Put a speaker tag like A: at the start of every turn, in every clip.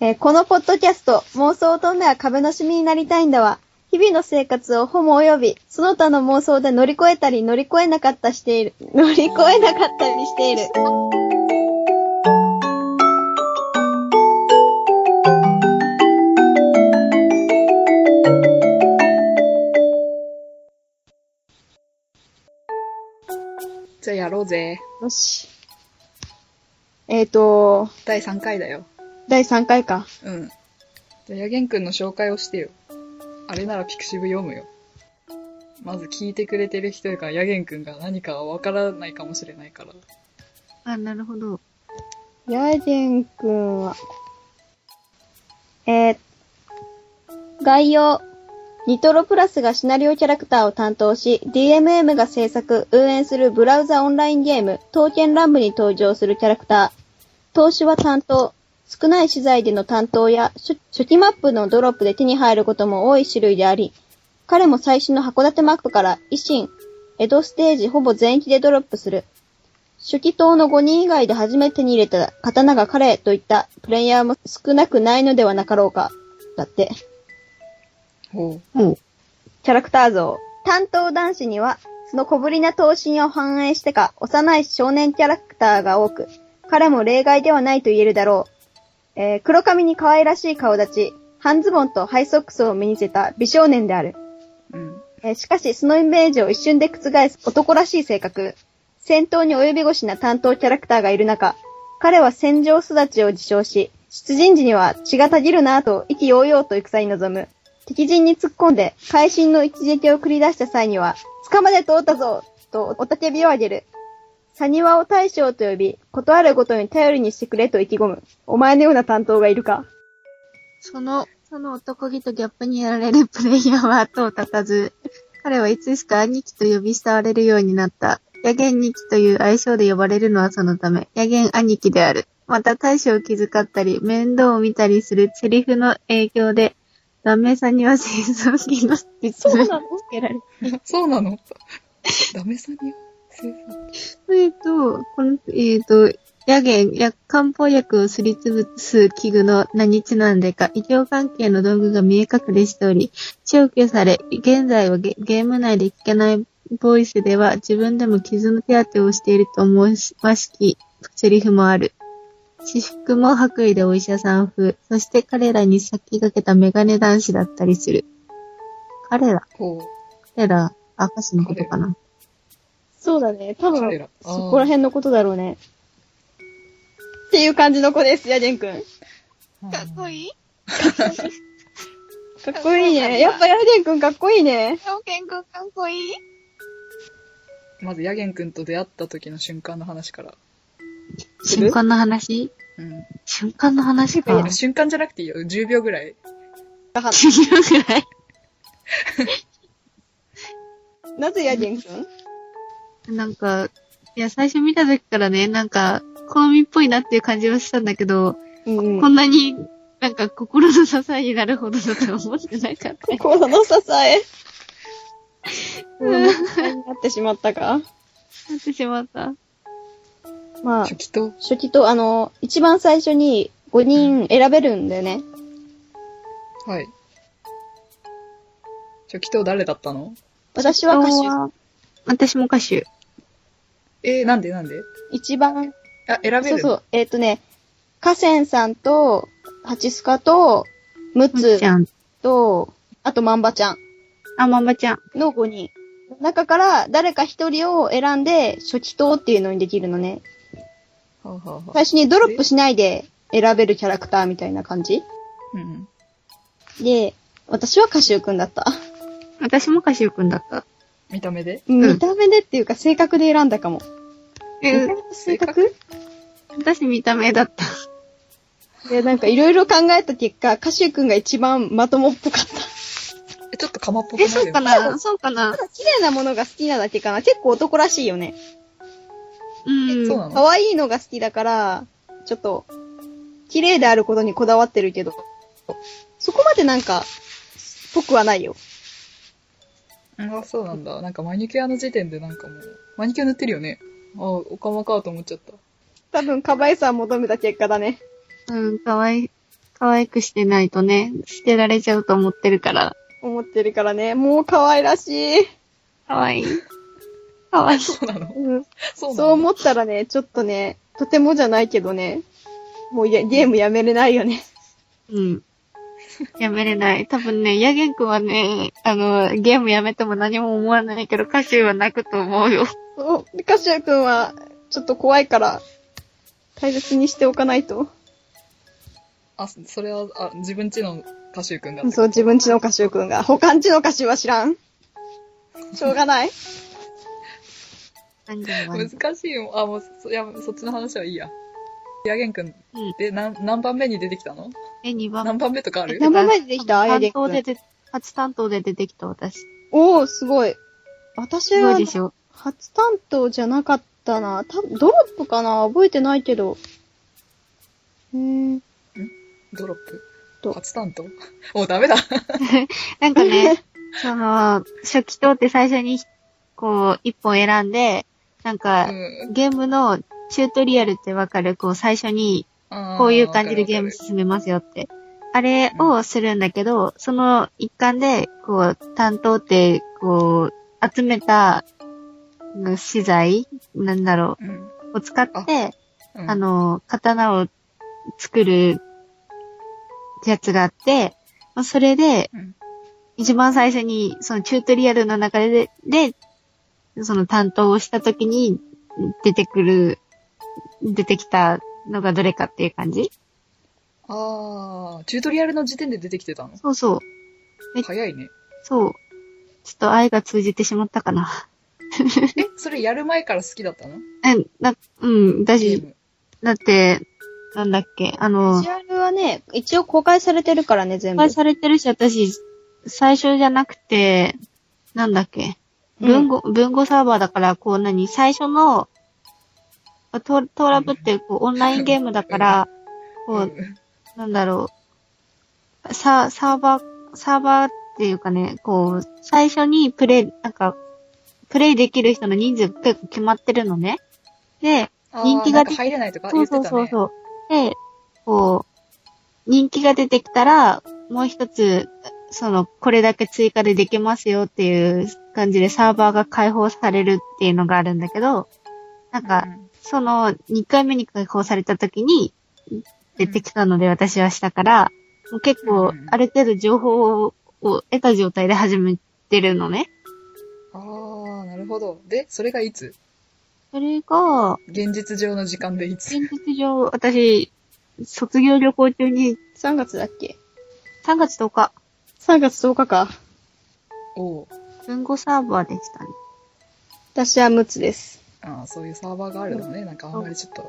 A: えーこのポッドキャスト、妄想乙女は株の趣味になりたいんだわ。日々の生活をホモ及び、その他の妄想で乗り越えたり乗り越えなかったしている。乗り越えなかったりしている。
B: じゃあやろうぜ。
A: よし。えっ、ー、と、
B: 第3回だよ。
A: 第3回か。
B: うん。じゃあ、やげんくんの紹介をしてよ。あれならピクシブ読むよ。まず聞いてくれてる人やから、やげんくんが何かわからないかもしれないから。
C: あ、なるほど。
A: ヤジェンくんは、えー、概要。ニトロプラスがシナリオキャラクターを担当し、DMM が制作、運営するブラウザオンラインゲーム、刀剣乱舞に登場するキャラクター。投資は担当。少ない資材での担当や初、初期マップのドロップで手に入ることも多い種類であり、彼も最新の函館マップから、維新、江戸ステージほぼ全域でドロップする。初期党の5人以外で初めて手に入れた刀が彼といったプレイヤーも少なくないのではなかろうか。だって。
B: ほ
C: おう。
A: キャラクター像。担当男子には、その小ぶりな頭身を反映してか、幼い少年キャラクターが多く、彼も例外ではないと言えるだろう。えー黒髪に可愛らしい顔立ち、半ズボンとハイソックスを身につけた美少年である。
B: う。うん。
A: えーしかし、そのイメージを一瞬で覆す男らしい性格。戦闘に及び腰な担当キャラクターがいる中、彼は戦場育ちを自称し、出陣時には血がたぎるなぁと意気揚々と戦に臨む。敵陣に突っ込んで、会心の一撃を繰り出した際には、捕まで通ったぞとおたけびを上げる。サニワを大将と呼び、断るごとに頼りにしてくれと意気込む。お前のような担当がいるか。
C: その、その男気とギャップにやられるプレイヤーは後を絶たず、彼はいつしか兄貴と呼び慕われるようになった。野源兄貴という愛称で呼ばれるのはそのため、野源兄貴である。また大将を気遣ったり、面倒を見たりするセリフの影響で、ダメさんには戦争機の実名をつけられ
B: そうなの ダメさによ。せいさん
C: えっと、この、えっ、と、野源、や、漢方薬をすりつぶす器具の名にちなんでか、医療関係の道具が見え隠れしており、消去され、現在はゲゲーム内で聞けないボイスでは、自分でも傷の手当てをしていると思わしきセリフもある。私服も白衣でお医者さん風、そして彼らに先駆けたメガネ男子だったりする。彼ら、
B: ほう。
C: 彼ら、明石のことかな。
A: そうだね。多
B: 彼ら。あー
A: そこら辺のことだろうね。っていう感じの子です、ヤジェンくん。
C: いい
A: かっこいいね。やっぱヤジェンくんかっこいいね。
C: 表現がかっこいい
B: まず、やげんくんと出会った時の瞬間の話から。
C: 瞬間の話
B: うん。
C: 瞬間の話か。
B: あ瞬間じゃなくていいよ。10秒ぐらい。
C: 10秒ぐらい。
A: なぜヤジェンくん
C: なんか、いや、最初見た時からね、なんか、好みっぽいなっていう感じはしたんだけど、
A: うん
C: こんなに、なんか心の支えになるほどだとは思ってなかった。
A: 心の支え。
C: う ん
A: うんなってしまったか
C: なってしまった。
A: まあ、
B: 初期と。
A: 初期と、あの、一番最初に5人選べるんだよね。
B: はい。初期と誰だったの
A: 私は歌手。
C: 歌手私も歌手。
B: えー、なんでなんで
A: 一番、
B: あ、選べる。
A: そうそうう、えっ、とね、河川さんと、ハチスカと、ム
C: むっ
A: ツ
C: ちゃん。
A: と、あとマンバちゃん
C: あ、まんまちゃん。
A: の5人。中から誰か一人を選んで、初期党っていうのにできるのね。
B: はあ、はあはあ、
A: 最初にドロップしないで選べるキャラクターみたいな感じ
B: うん。
A: で、私は歌手くんだった。
C: 私も歌手くんだった。
B: 見た目で
C: ん
A: 見た目でっていうか性格で選んだかも。
C: え、
A: 性格
C: 私見た目だった。
A: で、なんかいろいろ考えた結果、歌手くんが一番まともっぽかった。
B: え、ちょっと釜っぽくなる
C: え、
B: よ
C: そうかなそうかな
A: ただ 綺麗なものが好きなだけかな。結構男らしいよね。
C: うん。
B: そうなの
A: 可愛いのが好きだから、ちょっと、綺麗であることにこだわってるけど、そこまでなんか、ぽくはないよ。
B: うんあ、そうなんだ。なんかマニキュアの時点でなんかもう、マニキュア塗ってるよね。あ、おかまかと思っちゃった。
A: 多分、可愛さを求めた結果だね。
C: うん、かわい、可愛くしてないとね、捨てられちゃうと思ってるから。
A: 思ってるからね。もう可愛らしい。
C: 可愛い。可愛い。
B: そうな
A: うん、
B: のそうなの
A: そう思ったらね、ちょっとね、とてもじゃないけどね、もうやゲームやめれないよね。
C: うん。やめれない。多分ね、ヤゲン君はね、あの、ゲームやめても何も思わないけど、歌手は泣くと思うよ。
A: そう、でカシアくんは、ちょっと怖いから、大切にしておかないと。
B: あ、それは、あ、自分ちの歌手くんが。
A: そう、自分ちのカシオくんが。他んちのカシオは知らん。しょうが ない。
C: 何でもある
B: 難しいよ。あ、もう、そいや、そっちの話はいいや。ヤゲンくん
C: うん。
B: で、なん、何番目に出てきたの
C: え、2番
B: 何番目とかある
A: え何番目に出てきたヤゲ
C: 担
A: ン君
C: 当で出て、初担当で出てきた私。す
A: おおすごい。私
C: ごい
A: は
C: で、しょ。
A: 初担当じゃなかったな。たドロップかな覚えてないけど。うーん。
B: ドロップ
A: と
B: 初担当 もうダメだ。
C: なん かね、その、初期投って最初に、こう、一本選んで、なんか
B: う、ん
C: ゲームのチュートリアルってわかる、こう、最初に、こういう感じでゲーム進めますよって。あれをするんだけど、その一環で、こう、担当って、こう、集めた、うん資材なんだろ
B: うん
C: う、を使って、
B: うん
C: あの、刀を作るやつがあって、まあそれで、
B: うん
C: 一番最初に、そのチュートリアルの中で、で、その担当をした時に出てくる、出てきたのがどれかっていう感じ
B: ああ、チュートリアルの時点で出てきてたの
C: そうそう、え
B: 早いね。
C: そう。ちょっと愛が通じてしまったかな。
B: え、それやる前から好きだったの
C: うん、な、うん、だ
B: ゲー
C: し、
B: ム。
C: だって、なんだっけ、あ
A: ビ
C: の
A: ジ、ュアルはね、一応公開されてるからね、全部。
C: 公開されてるし、私、最初じゃなくて、なんだっけ、
A: うん
C: 文語、文語サーバーだから、こう何、最初の、トトーラブってこうオンラインゲームだから、こ
B: う
C: う、
B: ん
C: なんだろう、ササーバー、サーバーっていうかね、こう、最初にプレイ、なんか、プレイできる人の人数結構決まってるのね。で、
B: あー
C: 人気が
B: なんか入れないとか
C: そ
B: 言
C: う
B: ってた
C: そう
B: ね。
C: そうそう。で、こう、人気が出てきたら、もう一つ、その、これだけ追加でできますよっていう感じでサーバーが開放されるっていうのがあるんだけど、なん
B: う
C: か、
B: ん
C: その、2回目に開放された時に出てきたので私はしたから、もう結構
B: うん、
C: ある程度情報を得た状態で始めてるのね。
B: ああ、なるほど。で、それがいつ
C: それが、
B: 現実上の時間でいつ
C: 現実上、私、卒業旅行中に
A: 3月だっけ
C: 3月10日、
A: ?3 月10日か。
B: おう
C: 文語サーバーでしたね。
A: 私はムツです。
B: ああ、そういうサーバーがあるのね。なんかあんまりちょっと、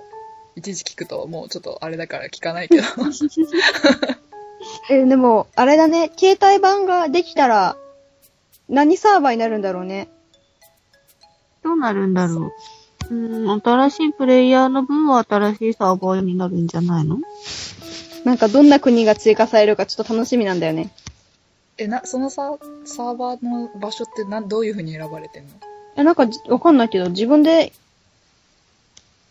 B: 一時聞くともうちょっとあれだから聞かないけど。
A: え、でも、あれだね、携帯版ができたら、何サーバーになるんだろうね。
C: どうなるんだろう。うーん、新しいプレイヤーの分は新しいサーバーになるんじゃないの
A: なんかどんな国が追加されるかちょっと楽しみなんだよね。
B: え、な、そのさ、サーバーの場所ってな、どういう風に選ばれてんの
A: え、なんかじわかんないけど、自分で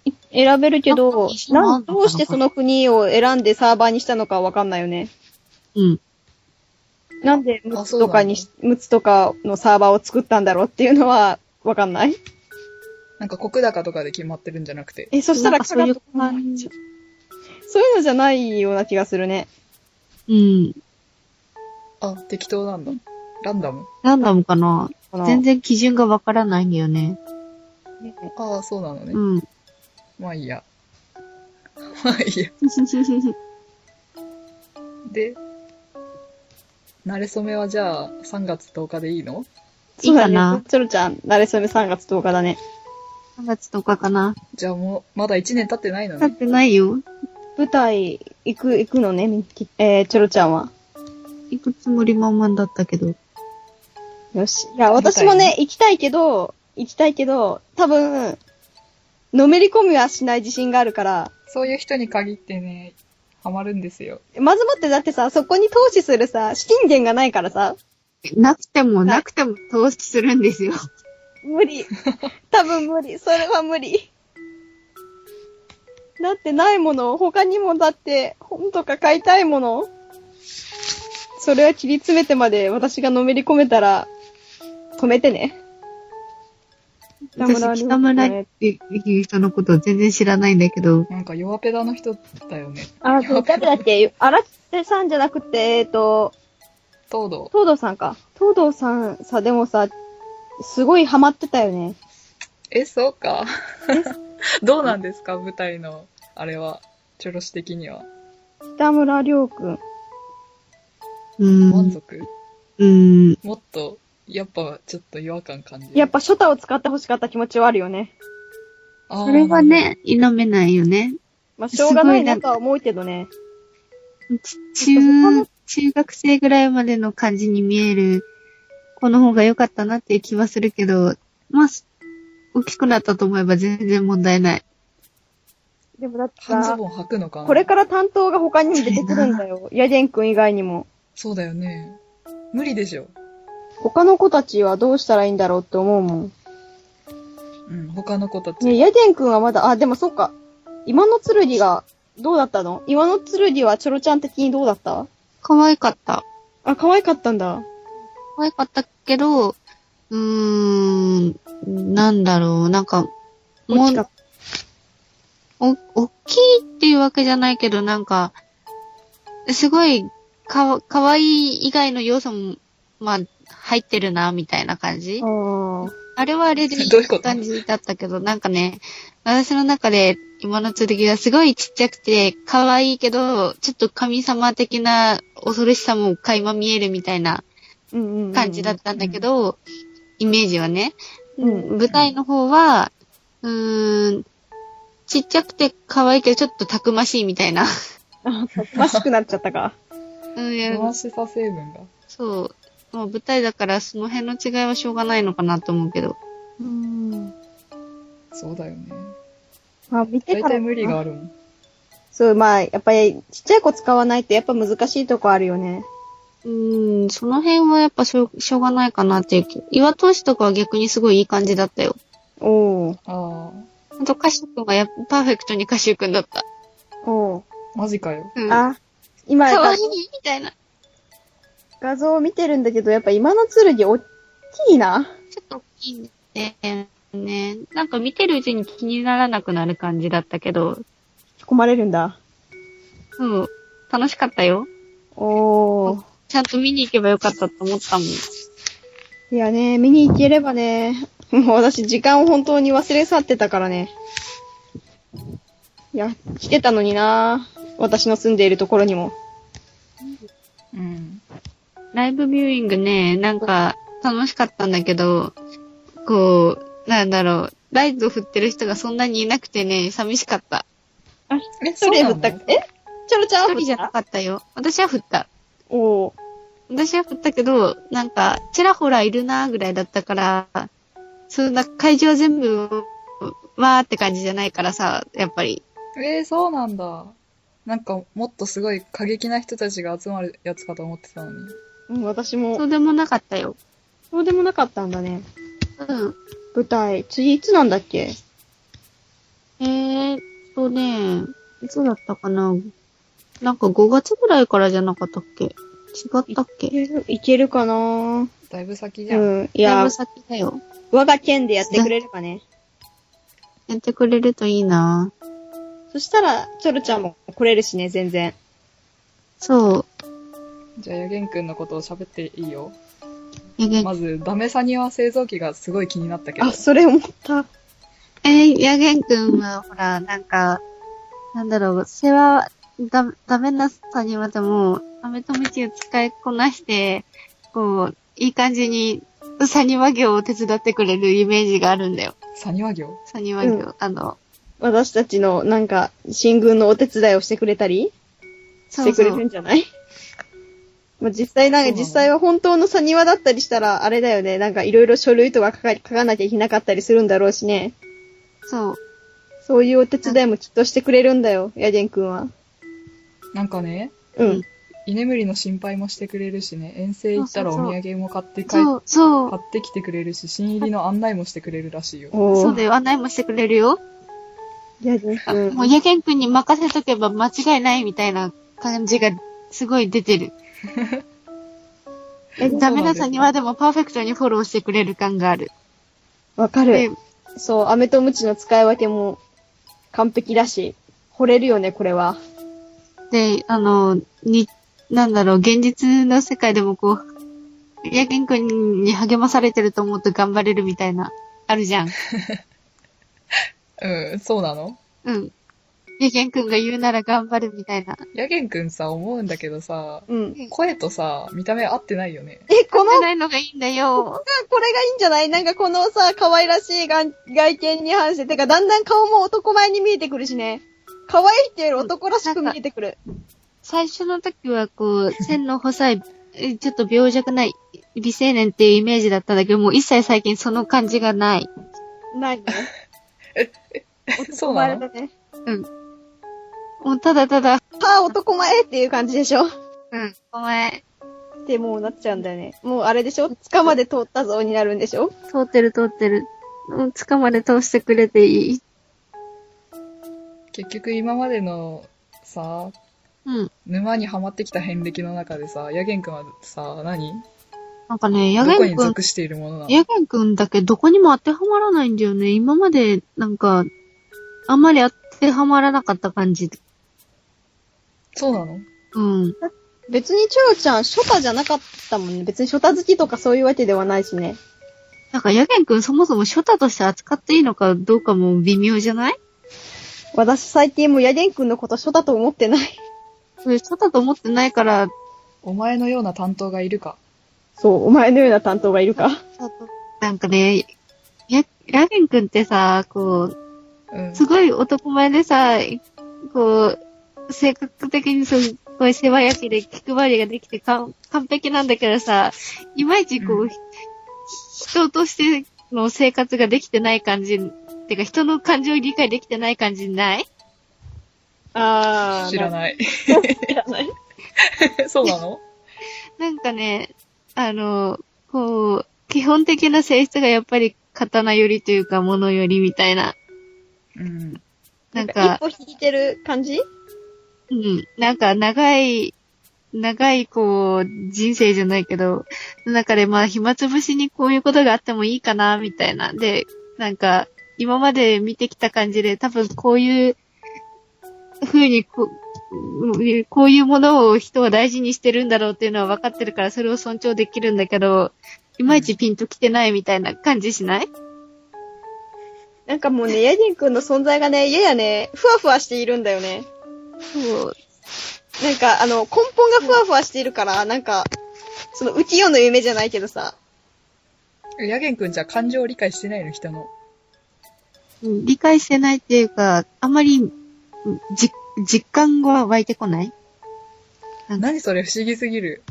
A: い選べるけど
C: あ一、緒
A: な
C: なん
A: ん、
C: だ
A: どうしてその国を選んでサーバーにしたのかわかんないよね。
C: うん。
A: なんでム
B: あ
A: ツとかにし、ムツとかのサーバーを作ったんだろうっていうのはわかんない。
B: なんか国高とかで決まってるんじゃなくて。
A: え、そしたら
C: なんかそういう感じ。
A: そういうのじゃないような気がするね。
C: うん。
B: あ、適当なんだ。ランダム。
C: ランダムかな
A: この
C: 全然基準がわからないんだよね。
B: ああ、そうなのね。
C: うん。
B: まあいいや。 まあいいや。で、慣れ初めはじゃあ3月10日でいいの
A: そうだ
C: いいか
A: ね
C: な。
A: チョロちゃん、慣れ初め3月10日だね。
C: 3月10日かな
B: じゃあもう、まだ1年経ってないの
C: 経っ
B: ね。
C: てないよ。
A: 舞台行く、行くのね、みんきえー、チョロちゃんは。
C: 行くつもり満々だったけど。
A: よし。いや、私もね、行きたいけど、行きたいけど、多分、のめり込みはしない自信があるから、
B: そういう人に限ってね、ハマるんですよ。
A: まずもってだってさ、そこに投資するさ、資金源がないからさ、
C: なくても、なくても投資するんですよ。
A: 無理。多分無理。それは無理。だってないもの、他にもだって本とか買いたいもの。それは切り詰めてまで私がのめり込めたら、止めてね。
C: 私、北村
A: 亮
C: っていう人のことを全然知らないんだけど、
B: なんか弱ペダの人だよね。
A: あ、そう、誰だっけ荒瀬さんじゃなくて、えっと、
B: 東堂。
A: 東堂さんか。東堂さんさ、でもさ、すごいハマってたよね。
B: え、そうか。 どうなんですか舞台の、あれは、チョロシ的には。
A: 北村亮くん。
C: うー
B: 満
C: ん、
B: 足、
C: うーん、
B: もっと、やっぱちょっと違和感感じる。
A: やっぱ、ショタを使って欲しかった気持ちはあるよね。
B: あー
C: それは。ね、否めないよね。
A: まあ、しょうがないなとは思うけどね。
C: ち中、中学生ぐらいまでの感じに見える、この方が良かったなっていう気はするけど、まあ、す大きくなったと思えば全然問題ない。
A: でもだって
B: 半ズ
A: さ、
B: ボン履くのかな
A: これから担当が他にも出てくるんだ よ。ヤデン君以外にも。
B: そうだよね。無理でしょ。
A: 他の子たちはどうしたらいいんだろうって思うもん。
B: うん、他の子たち。
A: ね、ヤデン君はまだ、あ、でもそっか。今の剣がどうだったの今の剣はチョロちゃん的にどうだった
C: 可愛かった。
A: あ、可愛かったんだ。
C: 可愛かったけど、うーん、なんだろう、なんか、
A: 大
C: も
A: きか
C: う
A: っ、
C: お、大きいっていうわけじゃないけど、なんか、すごい、かわ、可愛い以外の要素も、まあ、入ってるな、みたいな感じ
A: た。あー
C: あれはあれでい
B: どういうこ
C: い
B: と
C: 感じだったけど、なんかね、私の中で今の剣がすごいちっちゃくて、可愛いけど、ちょっと神様的な恐ろしさも垣間見えるみたいな
A: うんうんうん
C: 感じだったんだけど、イメージはね。
A: うん
C: 舞台の方は、うーん、ちっちゃくて可愛いけど、ちょっとたくましいみたいな。
A: あ、たくましくなっちゃったか。
C: うん
B: 回、しさ成分が。
C: そう。もう舞台だから、その辺の違いはしょうがないのかなと思うけど。
A: うん。
B: そうだよね。
A: あ、見て
B: 大
A: た
B: 体無理があるもん。
A: そう、まあ、やっぱり、ちっちゃい子使わないとやっぱ難しいとこあるよね。
C: うーん、その辺はやっぱしょうしょうがないかなっていう気。岩投手とかは逆にすごいいい感じだったよ。
A: おお
B: あ
C: ほんと、歌手くんはやっパーフェクトに歌手くんだった。
A: おう
B: あ、マジかよ。
C: うん。
A: あ、今、
C: 可愛い
A: 画
C: みたいな。ち
A: 画像を見てるんだけど、やっぱ今の剣大きいな。
C: ょっと大きいんで、ね。なんか見てるうちに気にならなくなる感じだったけど、
A: 引き込まれるんだ。
C: うん。楽しかったよ。
A: おお。
C: ちゃんと見に行けばよかったと思ったもん。
A: いやね、見に行ければね、 もう私時間を本当に忘れ去ってたからね。いや、来てたのにな私の住んでいるところにも。
B: うん。
C: ライブビューイングね、なんか楽しかったんだけど、こう、なんだろう、ライトを振ってる人がそんなにいなくてね、寂しかった。
B: え、そ
A: そうれ
B: な
A: 振っ
B: の
A: た、えチョロちゃん
C: 一
A: は
C: 人
A: 振
C: じ
A: っ
C: ゃな
A: た
C: かったよ。私は振った。
A: おお。
C: 私は振ったけど、なんか、ちらほらいるなぐらいだったから、そんな会場全部、わーって感じじゃないからさ、やっぱり。
B: えー、そうなんだ。なんか、もっとすごい過激な人たちが集まるやつかと思ってたのに。
A: うん、私も
C: そ、うでもなかったよ。
A: そうでもなかったんだね。
C: うん。
A: 舞台、次いつなんだっけ
C: えーっとね、いつだったかななんか5月ぐらいからじゃなかったっけ違ったっけ
A: いけるいけるかな
B: だいぶ先じゃん。
A: うん。い
C: だい
A: や
C: ぶ、先だよ。
A: 我が県でやってくれればね。
C: やってくれるといいな
A: そしたら、チョルちゃんも来れるしね、全然。
C: そう。
B: じゃあ、ヤゲン君のことを喋っていいよ。
C: やげん
B: まず、ダメサニは製造機がすごい気になったけど
A: あ、。それ思った。
C: えー、やげんくんは、ほら、なんか、なんだろう、世話、だ、ダメなさにまでも、アメとムチを使いこなして、こう、いい感じに、サニワ行を手伝ってくれるイメージがあるんだよ。
B: サニワ行
C: サニワ行、
A: うん
C: あの、
A: 私たちの、なんか、新軍のお手伝いをしてくれたりし
C: そ
A: て
C: うそ
A: くれる。
C: うん
A: じゃないまあ実際なん
B: そう
A: か、
B: なの
A: 実際は本当のサニワだったりしたら、あれだよね、なんかいろいろ書類とか書か書かなきゃいけなかったりするんだろうしね。
C: そう。
A: そういうお手伝いもきっとしてくれるんだよ、ヤデン君は。
B: なんかね、
A: うん。
B: 居眠りの心配もしてくれるしね、遠征行ったらお
C: そうそうそう
B: 土産も買って帰っ
C: そう、そう
B: 買。ってきてくれるし、新入りの案内もしてくれるらしいよ。
A: おー
C: そうだよ。案内もしてくれるよ。
A: ヤゲンくん
C: もう、。ヤケン君に任せとけば間違いないみたいな感じがすごい出てる。
A: え、
C: ダメなさにはでもパーフェクトにフォローしてくれる感がある。
A: わか
C: で
A: る。そう、飴とムチの使い分けも完璧だし、惚れるよね、これは。
C: で、あの、に、なんだろう、現実の世界でもこう、ヤケン君に励まされてると思うと頑張れるみたいな、あるじゃん。
B: うん、そうなの
C: うん。ヤケン君が言うなら頑張るみたいな。
B: ヤゲンくんさ、思うんだけどさ、
A: うん。
B: 声とさ、見た目合ってないよね。
A: え、この
C: じゃないのがいいんだよ。
A: これがいいんじゃないなんかこのさ、可愛らしいがん外見に反して、てかだんだん顔も男前に見えてくるしね。可愛いっていうより男らしく見えてくる。
C: 最初の時はこう、線の細い、えちょっと病弱ない美青年っていうイメージだったんだけど、もう一切最近その感じがない。
A: ないね。
B: そ
A: 男
B: うな
A: 前
B: の
A: だね。
C: もうただただ、
A: はあ、男前っていう感じでしょっ
C: うん、お前、
A: てもうなっちゃうんだよね。もうあれでしょ塚まで通ったぞになるんでしょ
C: 通ってる通ってる。もう塚まで通してくれていい。
B: 結局今までのさ、
C: うん。
B: 沼にはまってきた遍歴の中でさ、ヤゲンくんはさ、何
C: なんかね、ヤ
B: どこ
C: ゲン
B: に
C: 君、
B: 属しているものなの
C: ヤゲン君だけどこにも当てはまらないんだよね。今まで、なんか、あんまり当てはまらなかった感じ。
B: そうなの
C: うん。
A: 別にチョウちゃん、初太じゃなかったもんね。別に初太好きとかそういうわけではないしね。
C: なんか、ヤゲン君そもそも初太として扱っていいのかどうかも微妙じゃない
A: 私最近もうヤゲン君のこと初太と思ってない。
C: 俺初太と思ってないから、
B: お前のような担当がいるか。
A: そう、お前のような担当がいるか。
C: なんかね、や、ラゲン君ってさ、こ
B: うん
C: う、。すごい男前でさ、こう、性格的にすごい世話焼きで気配りができてか完璧なんだけどさ、いまいちこう、
B: うん
C: ひ人としての生活ができてない感じ、てか人の感情を理解できてない感じない
A: あ
B: 知らない。
A: 知らない。
B: そうなの
C: なんかね、あの、こう、基本的な性質がやっぱり刀寄りというか物寄りみたいな。
B: うん。
C: なんか、
A: 一歩引いてる感じ
C: うん。なんか、長い、長い、こう、人生じゃないけど、中で、まあ、暇つぶしにこういうことがあってもいいかな、みたいな。で、なんか、今まで見てきた感じで、多分こういう、風にこう、こういうものを人は大事にしてるんだろうっていうのは分かってるから、それを尊重できるんだけど、いまいちピンときてないみたいな感じしない
A: なんかもうね、ヤジンくんの存在がね、ややね、ふわふわしているんだよね。
C: そう。
A: なんか、あの、根本がふわふわしているから、なんか、その浮世の夢じゃないけどさ。
B: ヤゲンくんじゃ感情を理解してないの、人の。
C: うん理解してないっていうか、あんまり、うんじ、実感が湧いてこない
B: 何それ不思議すぎる。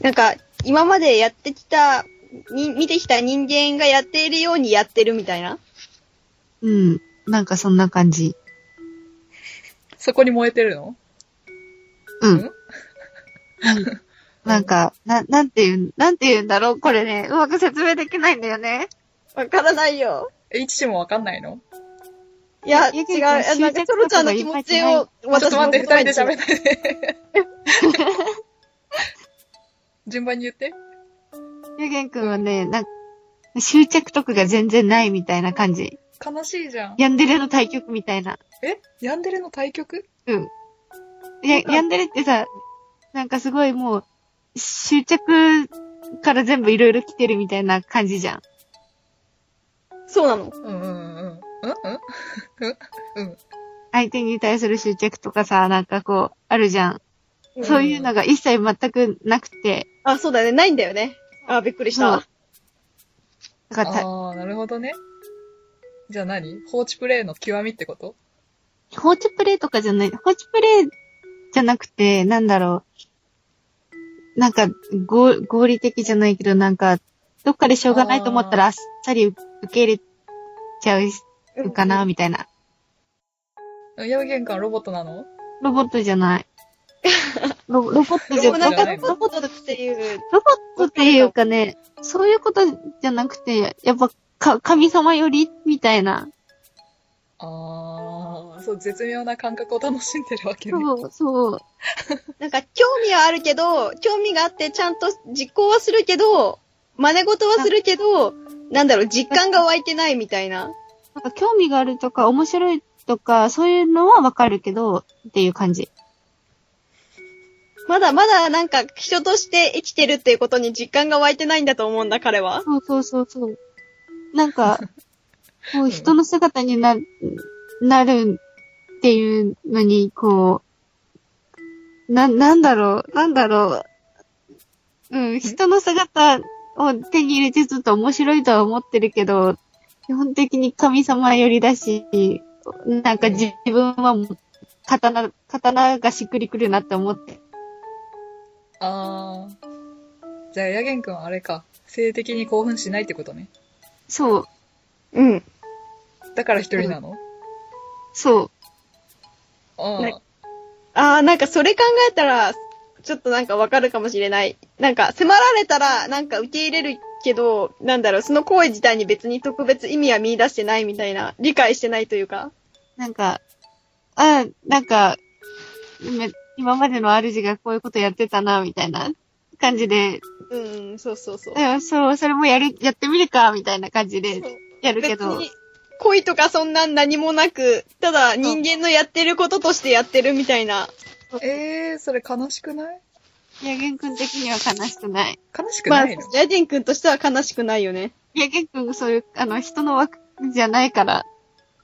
A: なんか、今までやってきた、に、見てきた人間がやっているようにやってるみたいな。
C: うん。なんかそんな感じ。
B: そこに燃えてるの
C: うん。なんか、な、なんていうん、なんていうんだろうこれね、うまく説明できないんだよね。
A: わからないよ。
B: え、いちしもわかんないの
A: いや、
C: いや
A: 違。
C: いうや
A: いやなんか、
C: 執着
A: トロちゃんの気持ちを、
B: ちょっと待って、二人で喋
A: る。
B: って。順番に言って。
C: ゆげんくんはね、なんか、執着とかが全然ないみたいな感じ。
B: 悲しいじゃん。
C: ヤンデレの対局みたいな。
B: えヤンデレの対局
C: うん。や、ヤンデレってさ、なんかすごいもう、執着から全部いろいろ来てるみたいな感じじゃん。
A: そうなの。
B: うんうんうん。うんうん
C: 相手に対する執着とかさ、なんかこう、あるじゃん。
A: うん
C: そういうのが一切全くなくて。
A: あ、そうだね。ないんだよね。あ、びっくりし
C: そう
A: た。
C: だからた
B: ああ、なるほどね。じゃあ何放置プレイの極みってこと
C: 放置プレイとかじゃない、放置プレイじゃなくて、なんだろう。なんか、合合理的じゃないけど、なんか、どっかでしょうがないと思ったらあっさり受け入れちゃうかな、みたいな。
B: ヤゲンカンロボットなの
C: ロボットじゃない。ロロボットじ
A: で
C: ゃ
A: も
C: な。
A: ないん
C: ロ
A: かロボットっていう、
C: ボットっていうかね、そういうことじゃなくて、やっぱ、か、神様よりみたいな。
B: あー、そう、絶妙な感覚を楽しんでるわけね。
C: そう、そう。
A: なんか、興味はあるけど、興味があって、ちゃんと実行はするけど、真似事はするけど、なんだろう、実感が湧いてないみたいな。
C: なんか興味があるとか、面白いとか、そういうのはわかるけど、っていう感じ。
A: まだまだなんか、人として生きてるっていうことに実感が湧いてないんだと思うんだ、彼は。
C: そうそうそうそう。なんか、こう、人の姿にな、なるっていうのに、こう、な、なんだろう、なんだろう。うん、人の姿を手に入れてずっと面白いとは思ってるけど、基本的に神様寄りだし、なんか自分はもう刀、刀がしっくりくるなって思って。
B: あー。じゃあ、ヤゲン君はあれか、性的に興奮しないってことね。
C: そう、
A: うん。
B: だから一人なの、
C: そう。
B: あー
A: ねあー、なんかそれ考えたら、ちょっとなんかわかるかもしれない。なんか、迫られたら、なんか受け入れるけど、なんだろう、その行為自体に別に特別意味は見出してないみたいな、理解してないというか。
C: なんか、あなんか、今今までの主がこういうことやってたな、みたいな感じで、
A: うん、そうそうそう。
C: うんそう、それもやる、やってみるか、みたいな感じで
A: そう
C: やるけど
A: 別、に恋とかそんなん何もなく、ただ人間のやってることとしてやってるみたいな。
B: えー、それ悲しくない
C: ヤゲン君的には悲しくない。
B: 悲しく
A: ま
B: な
A: あ、
B: いの、
A: ジャジン君としては悲しくないよね。
C: ヤゲン君そういう、あの、人の枠じゃないから、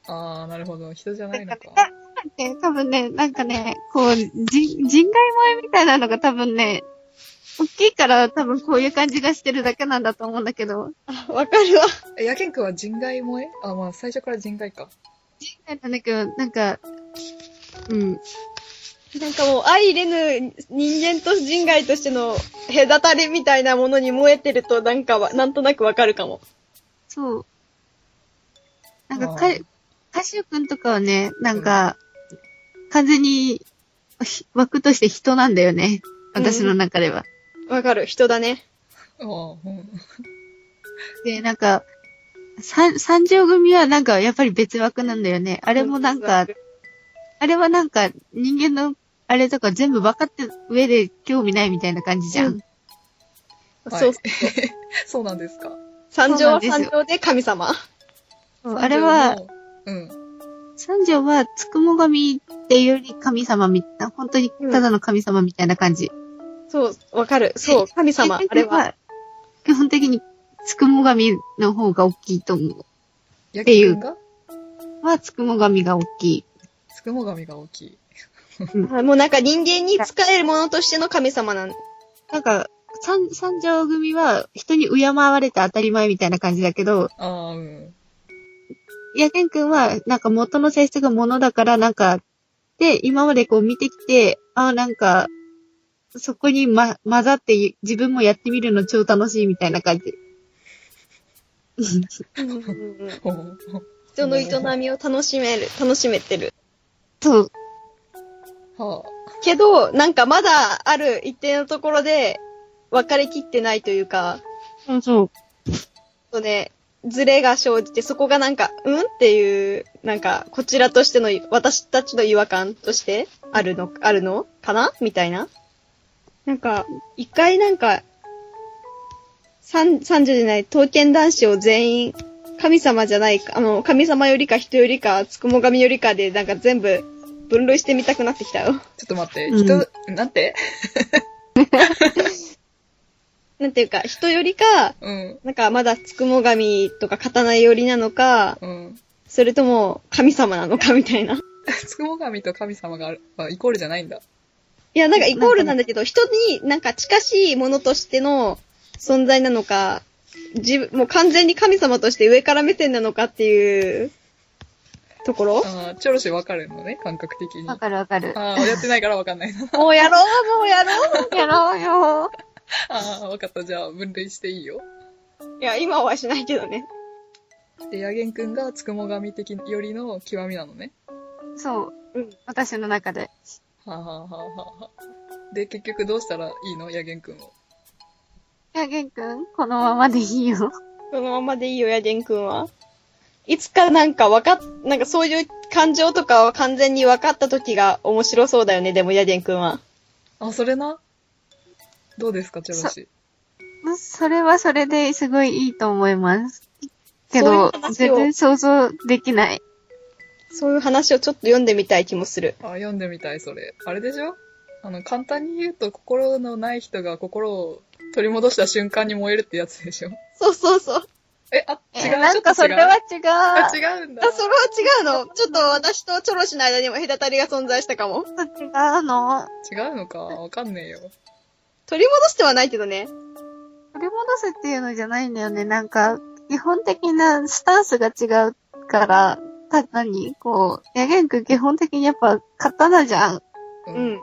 B: あー、なるほど。人じゃないの
C: なん
B: か
C: か。ね、多分ね、なんかね、こう、じ人外萌えみたいなのが多分ね、大きいから多分こういう感じがしてるだけなんだと思うんだけど、
A: あわかるわ。
B: え、ヤゲン君は人外萌えあ、まあ、最初から人外か。
C: なんだけど、なんか、う
A: な
C: ん、
A: んかもう、相入れぬ人間と人外としての隔たりみたいなものに燃えてると、なんかは、なんとなくわかるかも。
C: そう。なん
B: あ
C: か
B: ー
C: か、カシオくんとかはね、なんか、完全にひ枠として人なんだよね。私の中では。
A: わかる。人だね。
B: あー、うん。
C: で、なんか、三、三条組はなんかやっぱり別枠なんだよね。あ
A: あ
C: れもなんか、、あれはなんか人間のあれとか全部分かった上で興味ないみたいな感じじゃ。
A: うん
B: はい
A: そう。
B: そうなんですか。
A: 三条
C: そうな
A: は
C: んですよ
A: 三条で神様。
C: そうあれは、
B: うん。
C: 三条はつくも神っていうより神様みたいな、本当にただの神様みたいな感じ。
A: そう、わかる。そう、神様。
C: で
A: あれは。。
C: 基本的につくも神の方が大きいと思
B: ヤゲン君が
C: う。はつくも神が大きい。
B: つくも神が大きい。
A: あもうなんか人間に仕えるものとしての神様なん
C: なんか、三、三条組は人に敬われて当たり前みたいな感じだけど、
B: あー、うん。
C: ヤケン君はなんか元の性質が物だからなんか、で、今までこう見てきて、ああ、なんか、そこにま、混ざってい自分もやってみるの超楽しいみたいな感じ。
B: ほう
A: 人の営みを楽しめる、楽しめてる。
C: そう、
B: は
A: けど、なんかまだある一定のところで分かりきってないというか、
C: そうそう。
A: そうね、ズレが生じて、そこがなんか、うんっていう、なんか、こちらとしての、私たちの違和感として、あるの、あるのかなみたいな。なんか、一回なんか、三、三女じゃない、刀剣男子を全員、神様じゃない、あの、神様よりか人よりか、つくも神よりかで、なんか全部、分類してみたくなってきたよ。
B: あ。ちょっと待って、
C: うん
B: 人、なんて
A: なんていうか、人よりか、
B: うん。
A: なんかまだつくも神とか刀寄りなのか、
B: うん。
A: それとも神様なのかみたいな。
B: つくも神と神様があるあイコールじゃないんだ。
A: いや、なんかイコールなんだけど、人になんか近しいものとしての存在なのか、自分、もう完全に神様として上から目線なのかっていうところ
B: あーチョロシわかるのね、感覚的に。
C: わ
B: あ
C: かるわかる。
B: あー、やってないからわかんないな。
A: もうやろう、もうやろう。
C: やろうよ
B: ああ、わかった。じゃあ、分類していいよ。
A: いや、今はしないけどね。
B: で、ヤゲン君がつくも神的よりの極みなのね。
C: そ
A: う
C: う。
A: ん
C: 私の中で。
B: はあ、はあはあはあ、で、結局どうしたらいいのヤゲン君を。
C: いや、玄君、このままでいいよ。
A: そのままでいいよ、やでんくんは。いつかなんかわかっ、なんかそういう感情とかは完全に分かった時が面白そうだよね、でもヤデンくんは。
B: あ、それな。どうですか、チェロシ。
C: まあそれはそれですごいいいと思います。け
A: そういう
C: ど、
A: 話を
C: 全然想像できない。
A: そういう話をちょっと読んでみたい気もする。
B: あ、読んでみたい、それ。あれでしょあの、簡単に言うと、心のない人が心を取り戻した瞬間に燃えるってやつでしょ
A: そうそうそう。
B: え、あ、
C: え
B: 違う、
C: なんか
B: ちょ
C: そ
B: っと違
C: れ
B: う。
C: は違う。
B: あ、違うんだ。
A: あ、それは違うの。ちょっと私とチョロシの間にも隔たりが存在したかも。
C: 違うの。
B: 違うのか、わかんねえよ。
A: 取り戻してはないけどね。
C: 取り戻すっていうのじゃないんだよね。なんか、基本的なスタンスが違うから、ただに、こう、ヤゲン君基本的にやっぱ刀じゃん。
B: う
A: うん。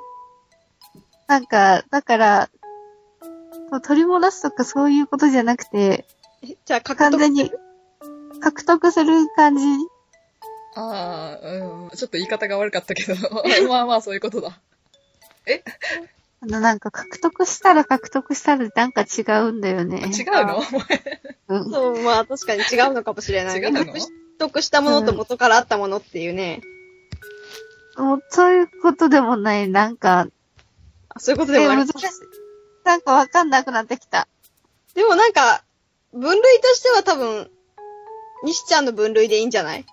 C: なんか、だから、こう取り戻すとかそういうことじゃなくて、
A: えじゃあ、獲
C: 完
A: 得
C: 全に獲得する感じ。
B: ああ、うん。ちょっと言い方が悪かったけど、 まあまあ、そういうことだ。
C: あの、なんか獲得したら獲得したらなんか違うんだよね。
B: 違うの
A: あ
C: うん。
A: そう、まあ確かに 違うのかもしれない。
B: 違うの
A: 獲得したものと元からあったものっていうね。
C: もうそういうことでもない。なんか、
A: あそういうことで
C: え、
A: もある
C: 難しい。なんかわかんなくなってきた。
A: でもなんか、分類としては多分、西ちゃんの分類でいいんじゃない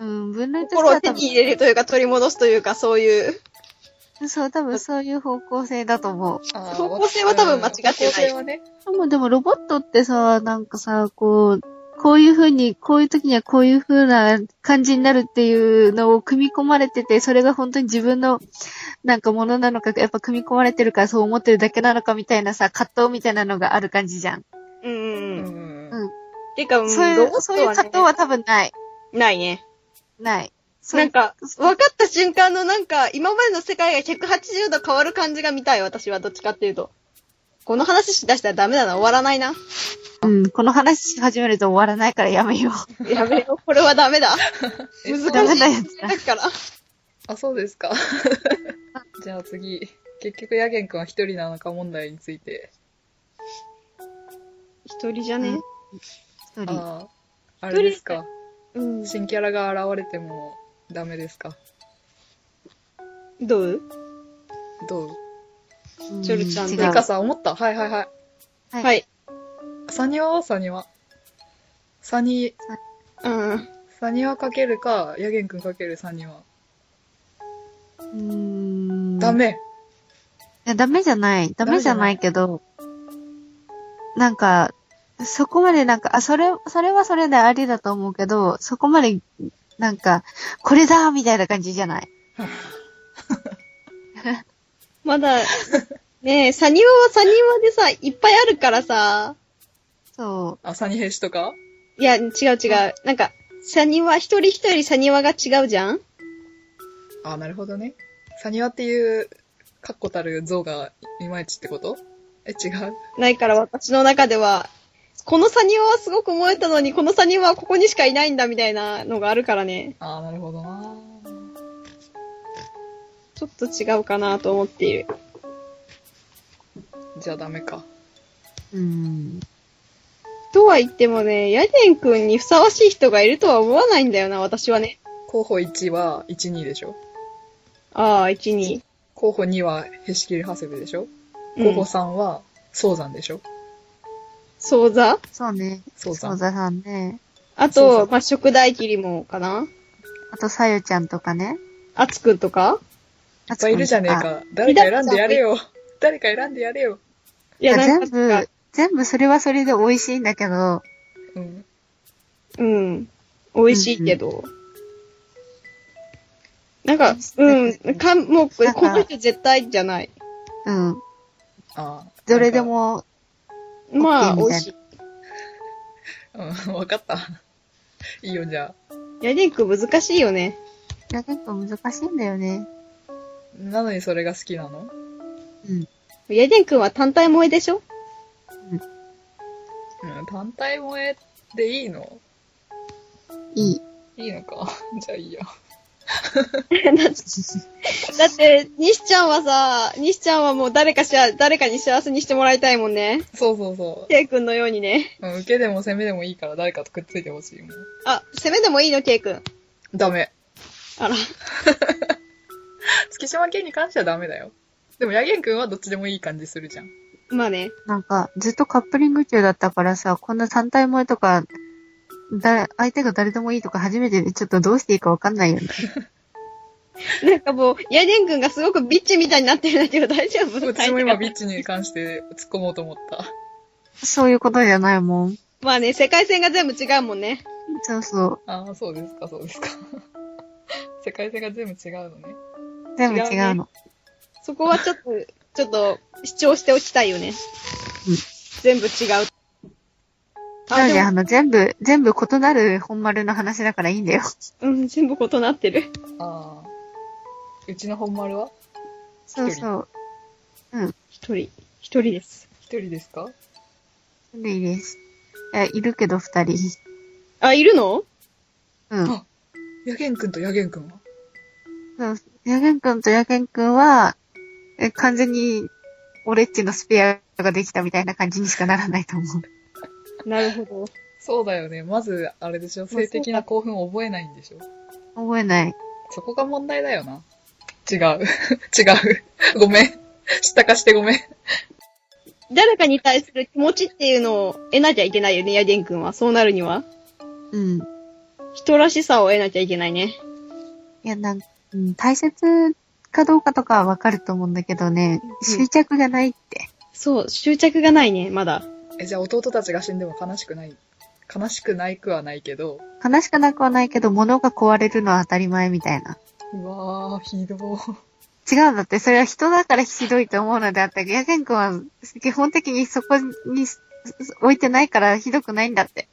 C: うん、分類として
A: 心を
C: は
A: 手
C: 多
A: に入れるというか取り戻すというかそういう。
C: 分、そう、多分そういう方向性だと思う。
B: あー
A: 方向性は多分間違ってない
B: 方向性はね。
C: でも、でもロボットってさ、なんかさ、こう、こういう風に、こういう時にはこういう風な感じになるっていうのを組み込まれてて、それが本当に自分の、なんかものなのか、やっぱ組み込まれてるからそう思ってるだけなのかみたいなさ、葛藤みたいなのがある感じじゃん。
A: うんうん
B: う
A: うん。
B: ん
C: うん
A: てか、うん
C: そうい
A: ロボット
C: う、そういう
A: はね
C: 葛藤は多分ない。
A: ないね。
C: ない。そう
A: なんか、
C: そう
A: 分かった瞬間のなんか、今までの世界が180度変わる感じが見たい、私は。どっちかっていうと。この話しだしたらダメだな、終わらないな。
C: うん、この話し始めると終わらないからやめよう。
A: やべよ、これはダメ だ。
B: え
A: 難しい。
C: ダメなやつだ
A: だから。
B: あ、そうですか。 じゃあ次。結局、ヤゲン君は一人なのか問題について。
A: 一人じゃね。
C: 一人。
B: ああ、あれですか。
A: うん。
B: 新キャラが現れてもダメですか
A: どう
B: どう
C: うん
A: ちょるちゃん
C: 違
A: と
C: う
A: い
B: てかさ、思ったはいはいはい。
C: はい
A: はい。
B: サニワはサニワ。サニ、
A: うん。
B: サニワかけるか、ヤゲン君かけるサニワ。
C: うーん
B: ダメ。
C: いや、ダメじゃない。ダメじゃないけど、なんか、そこまでなんか、あ、それ、それはそれでありだと思うけど、そこまで、なんか、これだみたいな感じじゃない。
A: ま だ、ねえ、サニワはサニワでさ、いっぱいあるからさ、
C: そ
B: あ、サニヘシとか
A: いや、違う違う。なんか、サニワ、一人一人サニワが違うじゃん
B: あ、なるほどね。サニワっていう、確固たる像がいまいちってことえ、違う
A: ないから私の中では、このサニワはすごく燃えたのに、このサニワはここにしかいないんだみたいなのがあるからね、
B: あー、なるほどな。
A: ちょっと違うかなと思っている。
B: じゃあダメか。
C: う。うん。
A: とは言ってもね、ヤデン君にふさわしい人がいるとは思わないんだよな、私はね。
B: 候補1は1、2でしょ
A: ああ、1、2。
B: 候補2はヘシキリハセベでしょ
A: う
B: 候
A: ん
B: 補、3は早山でしょ
A: そう座
C: そうね。
B: 早
C: そう
B: 山。
C: ださんね。
A: あ
B: そうそう
A: と、まあ、食大切りもかな
C: あと、さゆちゃんとかね。
A: あつくんとか
C: い
B: いっぱいいるじゃねえ。か。誰か選んでやれよ。誰か選んでやれよ。
A: い
C: いや、
A: なん
C: 全
A: か
C: 部、全部それはそれで美味しいんだけど、
B: うん。
A: うん。美味しいけど。なんか、うん、かん、もう、こ
C: なんか
A: の人絶対じゃない。
C: うん。
B: ああ。
C: どれでも、
A: まあ、美
C: OK みたいな
A: 味しい。
B: なんか。うん、わかった。いいよ、じゃあ。
A: ヤデン君難しいよね。
C: いや、結構難しいんだよね。
B: なのにそれが好きなの
C: うん。
A: ヤデン君は単体萌えでしょ
B: うん、単体萌えでいいの
C: いい。
B: いいのか。じゃあいいや。
A: だって、西ちゃんはさ、西ちゃんはもう誰かしら、誰かに幸せにしてもらいたいもんね。
B: そうそうそ
A: ケイ君のようにね。
B: う。うん受けでも攻めでもいいから誰かとくっついてほしいもん。
A: あ、攻めでもいいの、ケイ君。
B: ダメ。
A: あら。
B: 月島県に関してはダメだよ。でも、ヤゲン君はどっちでもいい感じするじゃん。
A: まあね。
C: なんか、ずっとカップリング中だったからさ、こんな3体前とか、だ、相手が誰でもいいとか初めてでちょっとどうしていいかわかんないよね。
A: なんかもう、ヤデン君がすごくビッチみたいになってるんだけど大丈夫
B: 私も今、ビッチに関して突っ込もうと思った。
C: そういうことじゃないもん。
A: まあね、世界線が全部違うもんね。
C: そうそう。
B: ああ、そうですか、そうですか。 世界線が全部違うのね。
C: 全部違
A: 違う
C: う
A: ね
C: の。
A: そこはちょっと、ちょっと、主張しておきたいよね。
C: うん
A: 全部違う。
C: な
A: あ、
C: ので、
A: で
C: あ
A: も、
C: の、全部、全部異なる本丸の話だからいいん だよ。
A: うん、全部異なってる。
B: ああ。うちの本丸は
C: そうそう。
A: 一人。一人です。
B: 一人ですか
C: それでいいです。いや、いるけど二人。
A: あ、いるの
C: うん。
B: あヤゲン君とヤゲン君は
C: そう。ヤゲン君とヤゲン君は、え完全に、俺っちのスペアができたみたいな感じにしかならないと思う。
A: なるほど。
B: そうだよね。まず、あれでしょ、性的な興奮を覚えないんでしょ。
C: 覚えない。
B: そこが問題だよな。違う。 違う。ごめん。知ったかしてごめん。
A: 誰かに対する気持ちっていうのを得なきゃいけないよね、ヤデン君は。そうなるには。
C: うん。
A: 人らしさを得なきゃいけないね。
C: いや、なんか、うん、大切かどうかとかはわかると思うんだけどね、
A: うん
C: 執着がないって。
A: そう、執着がないね、まだ。
B: え、じゃあ弟たちが死んでも悲しくない悲しくないくはないけど。
C: 悲しくなくはないけど、物が壊れるのは当たり前みたいな。
B: うわー、ひどー。
C: 違うんだって、それは人だからひどいと思うのであって、ヤケン君は基本的にそこにすす置いてないからひどくないんだって。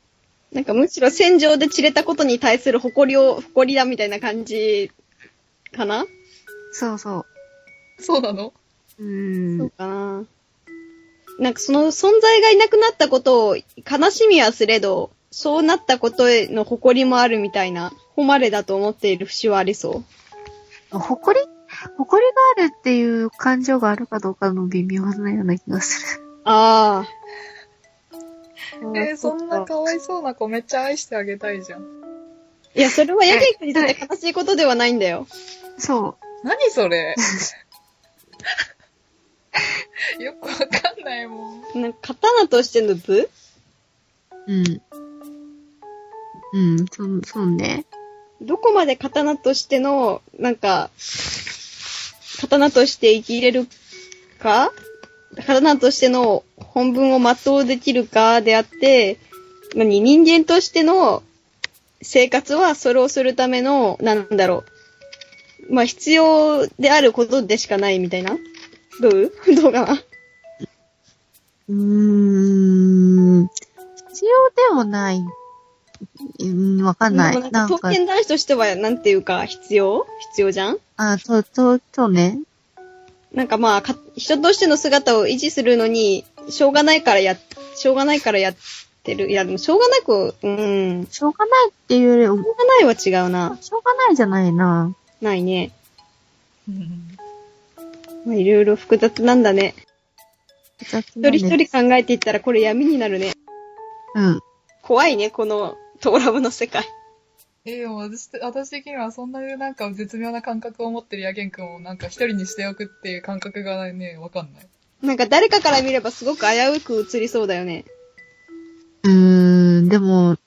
A: なんかむしろ戦場で散れたことに対する誇りを、誇りだみたいな感じ、かな、
C: そうそ
B: そうなの
C: う。うー。
A: そうんかな。なんかその存在がいなくなったことを悲しみはすれど、そうなったことへの誇りもあるみたいな、誉れだと思っている節はありそう。
C: 誇り誇りがあるっていう感情があるかどうかの微妙なような気がする。
A: ああ、
B: えー、そんな
C: か。
B: かわいそうな子めっちゃ愛してあげたいじゃん。
A: いや、それはヤケイ君にとって悲しいことではないんだよ。
C: そう。
B: 何そ れよくわかんないもん。
A: なんか刀としての部
C: うん。うん、そ、そうね。
A: どこまで刀としての、なんか、刀として生きれるか刀としての本分を全うできるかであって、何人間としての生活はそれをするための、なんだろう。まあ、必要であることでしかないみたいなどうどう かな
C: うーん。必要でもない。うん、わかんない。
A: でも
C: な
A: なん
C: ん
A: か
C: か
A: 特、権男子としては、なんていうか、必要必要じゃん
C: あ、と、と、とね。
A: なんかまあ、か人としての姿を維持するのに、しょうがないからや、しょうがないからやってる。いや、でもしょうがなく、うん。し
C: しょうがないっていうより、
A: ょうがないは違うな。
C: しょうがないじゃないな。
A: ないね。まあ、いろいろ複雑なんだね。
C: 一
A: 一人一人考えていったらこれ闇になるね。
C: うん。
A: 怖いね、このトーラブの世界。
B: えー、でも私と、私的にはそんなになんか絶妙な感覚を持ってるヤゲン君をなんか一人にしておくっていう感覚がね、わかんない。
A: なんか誰かから見ればすごく危うく映りそうだよね。
C: うーん、でも、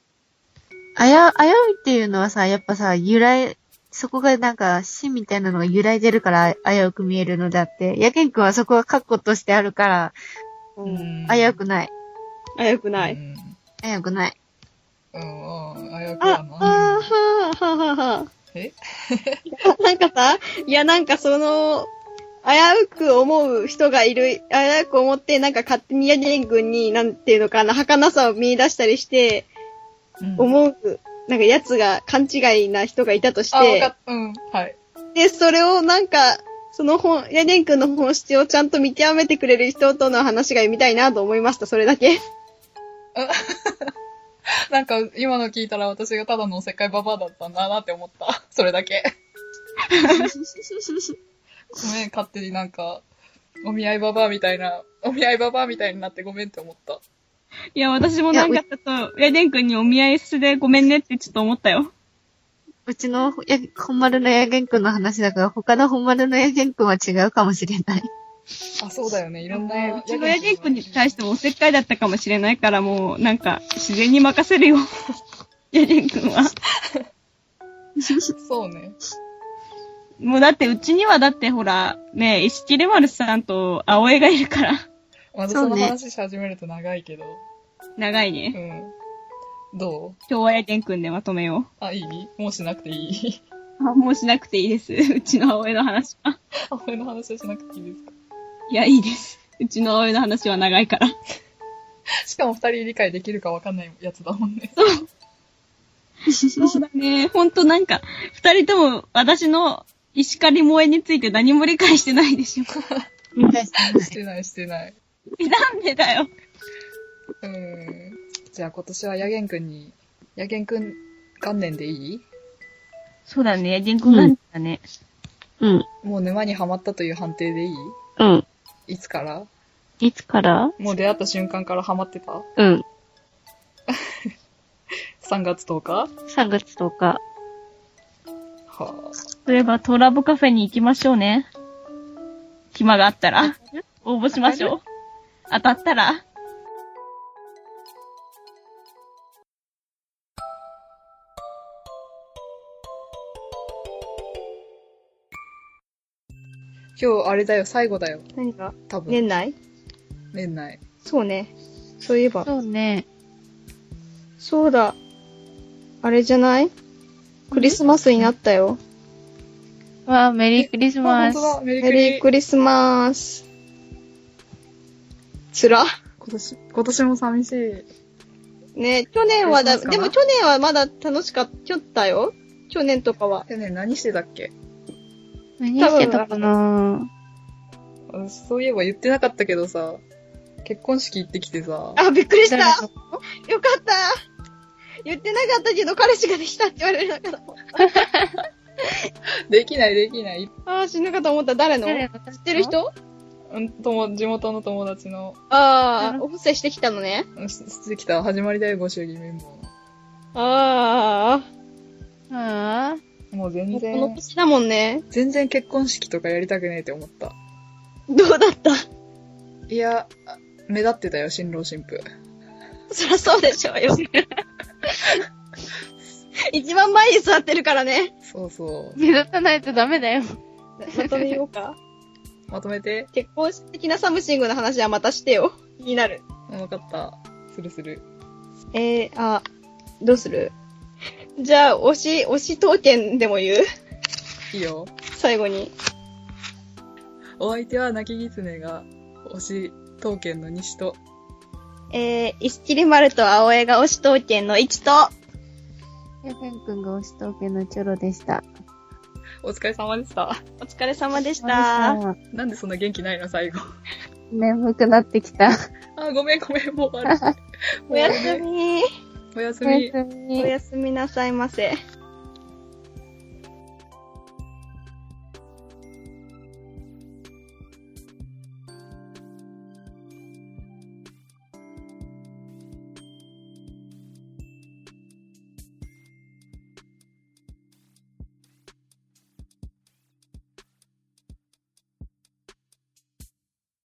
C: あや、危ういっていうのはさ、やっぱさ、由来、そこがなんか、死みたいなのが揺らいでるから危うく見えるのであって、やけんくんはそこは確固としてあるから、
B: うん
C: 危うくない。
A: 危うくな
B: う
A: い。
B: ん。
C: 危うく ない。
B: うん、うん、危うく
A: あ、
B: は
A: あ
B: な。
A: ーはーはーはーはー
B: え
A: なんかさ、いやなんかその、危うく思う人がいる、危うく思って、なんか勝手にヤゲン君に、なんていうのかな、儚さを見出したりして、
B: うん
A: 思う、なんか奴が勘違いな人がいたとし
B: あ、わか
A: て
B: っ、うん、はい。
A: で、それをなんか、その本、ヤゲン君の本質をちゃんと見極めてくれる人との話が見たいなと思いました、それだけ。
B: なんか今の聞いたら私がただのおせっかいババアだったんだなって思った。それだけ。ごめん、勝手になんか、お見合いババアみたいな、お見合いババアみたいになってごめんって思った。
D: いや、私もなんかちょっと、ヤデン君にお見合いしてごめんねってちょっと思ったよ。
C: うちのや本丸のやげんくんの話だから、他の本丸のやげんくんは違うかもしれない。
B: あ、そうだよね。いろんな。
D: うちのヤデン君に対してもおせっかいだったかもしれないから、もうなんか自然に任せる よ。ヤデン君は。
B: そうね。
D: もうだって、うちにはだってほら、ね、石切れ丸さんと葵がいるから、
B: まず
C: そ
B: そうの
C: ね
B: 話し始めると長いけど。
D: 長いうね。
B: ん。どう
D: 今日はヤデン君でまとめよ
B: あ、いいもうしなくていい
D: う。もうしなくていいです。うちの葵の話は。
B: あ、俺の話はしなくていいですか
D: いや、いいです。うちの葵の話は長いから。
B: しかも二人理解できるかわかんないやつだもんね。
D: そうだね。ほんとなんか、二人とも私の石狩萌えについて何も理解してないで しょ。
C: 理解してな
B: し
C: い
B: てないしてない。
D: えなんでだよ。
B: うん。じゃあ今年はヤゲンくんに、ヤゲンくん元年でいい
D: そうだね。人
C: 工なん
D: だね。
C: うん。
B: もう沼にはまったという判定でいい
C: うん。
B: いつから
C: いつから
B: もう出会った瞬間からハマってた
C: うん。
B: ?3 月10日
C: 3月10日。
B: は
D: 例えば、トラボカフェに行きましょうね。暇があったら、応募しましょう。当たったら。
B: あ、今日あれだよ、最後だよ。
A: 何か
B: 多分。
A: 年内
B: 年内。
A: そうね。そういえば。
C: そうね。
A: そうだ。あれじゃないクリスマスになったよ。
C: わあ、メリークリス
B: あ、本
C: マス
B: 当。だ、メリ
A: メ
B: ク
A: リ
B: リ
A: ー。クリスマス。つら。
B: 今年、今年も寂しい。
A: ね去年はだ、
B: クリスマ
A: でも
B: スかな
A: 去年はまだ楽しかったよ。去年とかは。
B: 去年何してたっけ
C: 何してたかな
B: あそういえば言ってなかったけどさ、結婚式行ってきてさ、
A: あ、びっくりした。よ
C: 誰
A: かった。言ってなかったけど、彼氏ができたって言われるから。
B: できないできない。
A: あー、死ぬかと思った。誰の
C: 誰
A: 知ってる人
B: うん、とも、地元の友達の、
A: ああ、お布施してきたのね。
B: うんししてきた始まりだよ、ご祝儀綿棒
A: ああ、
C: ああ。
B: の。もう全
A: もうこの
B: 然、
A: 年だもんね。
B: 全然結婚式とかやりたくねえって思った。
A: どうだった
B: いや、あ目立ってたよ、新郎新婦。
A: そりゃそうでしょうよ。一番前に座ってるからね。
B: そうそう。
C: 目立たないとダメだよ。
A: まとめようか。
B: まとめて。
A: 結婚式的なサムシングの話はまたしてよ。気になる。
B: うんわかった。するする。
A: えー、あ、どうするじゃあ、推し、推し刀剣でも言う
B: いいよ。
A: 最後に。
B: お相手は泣き狐が、推し、刀剣の西と、
A: えー、石切丸と青江が推し刀剣の一と、
C: やけんくんが推し統計のチョロでした。
B: お疲れ様でした。
A: お疲れ様でした。
B: なんでそんな元気ないの、最後。
C: 眠くなってきた。
B: あ、ごめんごめん、もう 終わる。もう
A: おやすみ。
B: おやす
C: お
B: み。
C: やす
A: お
C: み。
A: やすみなさいませ。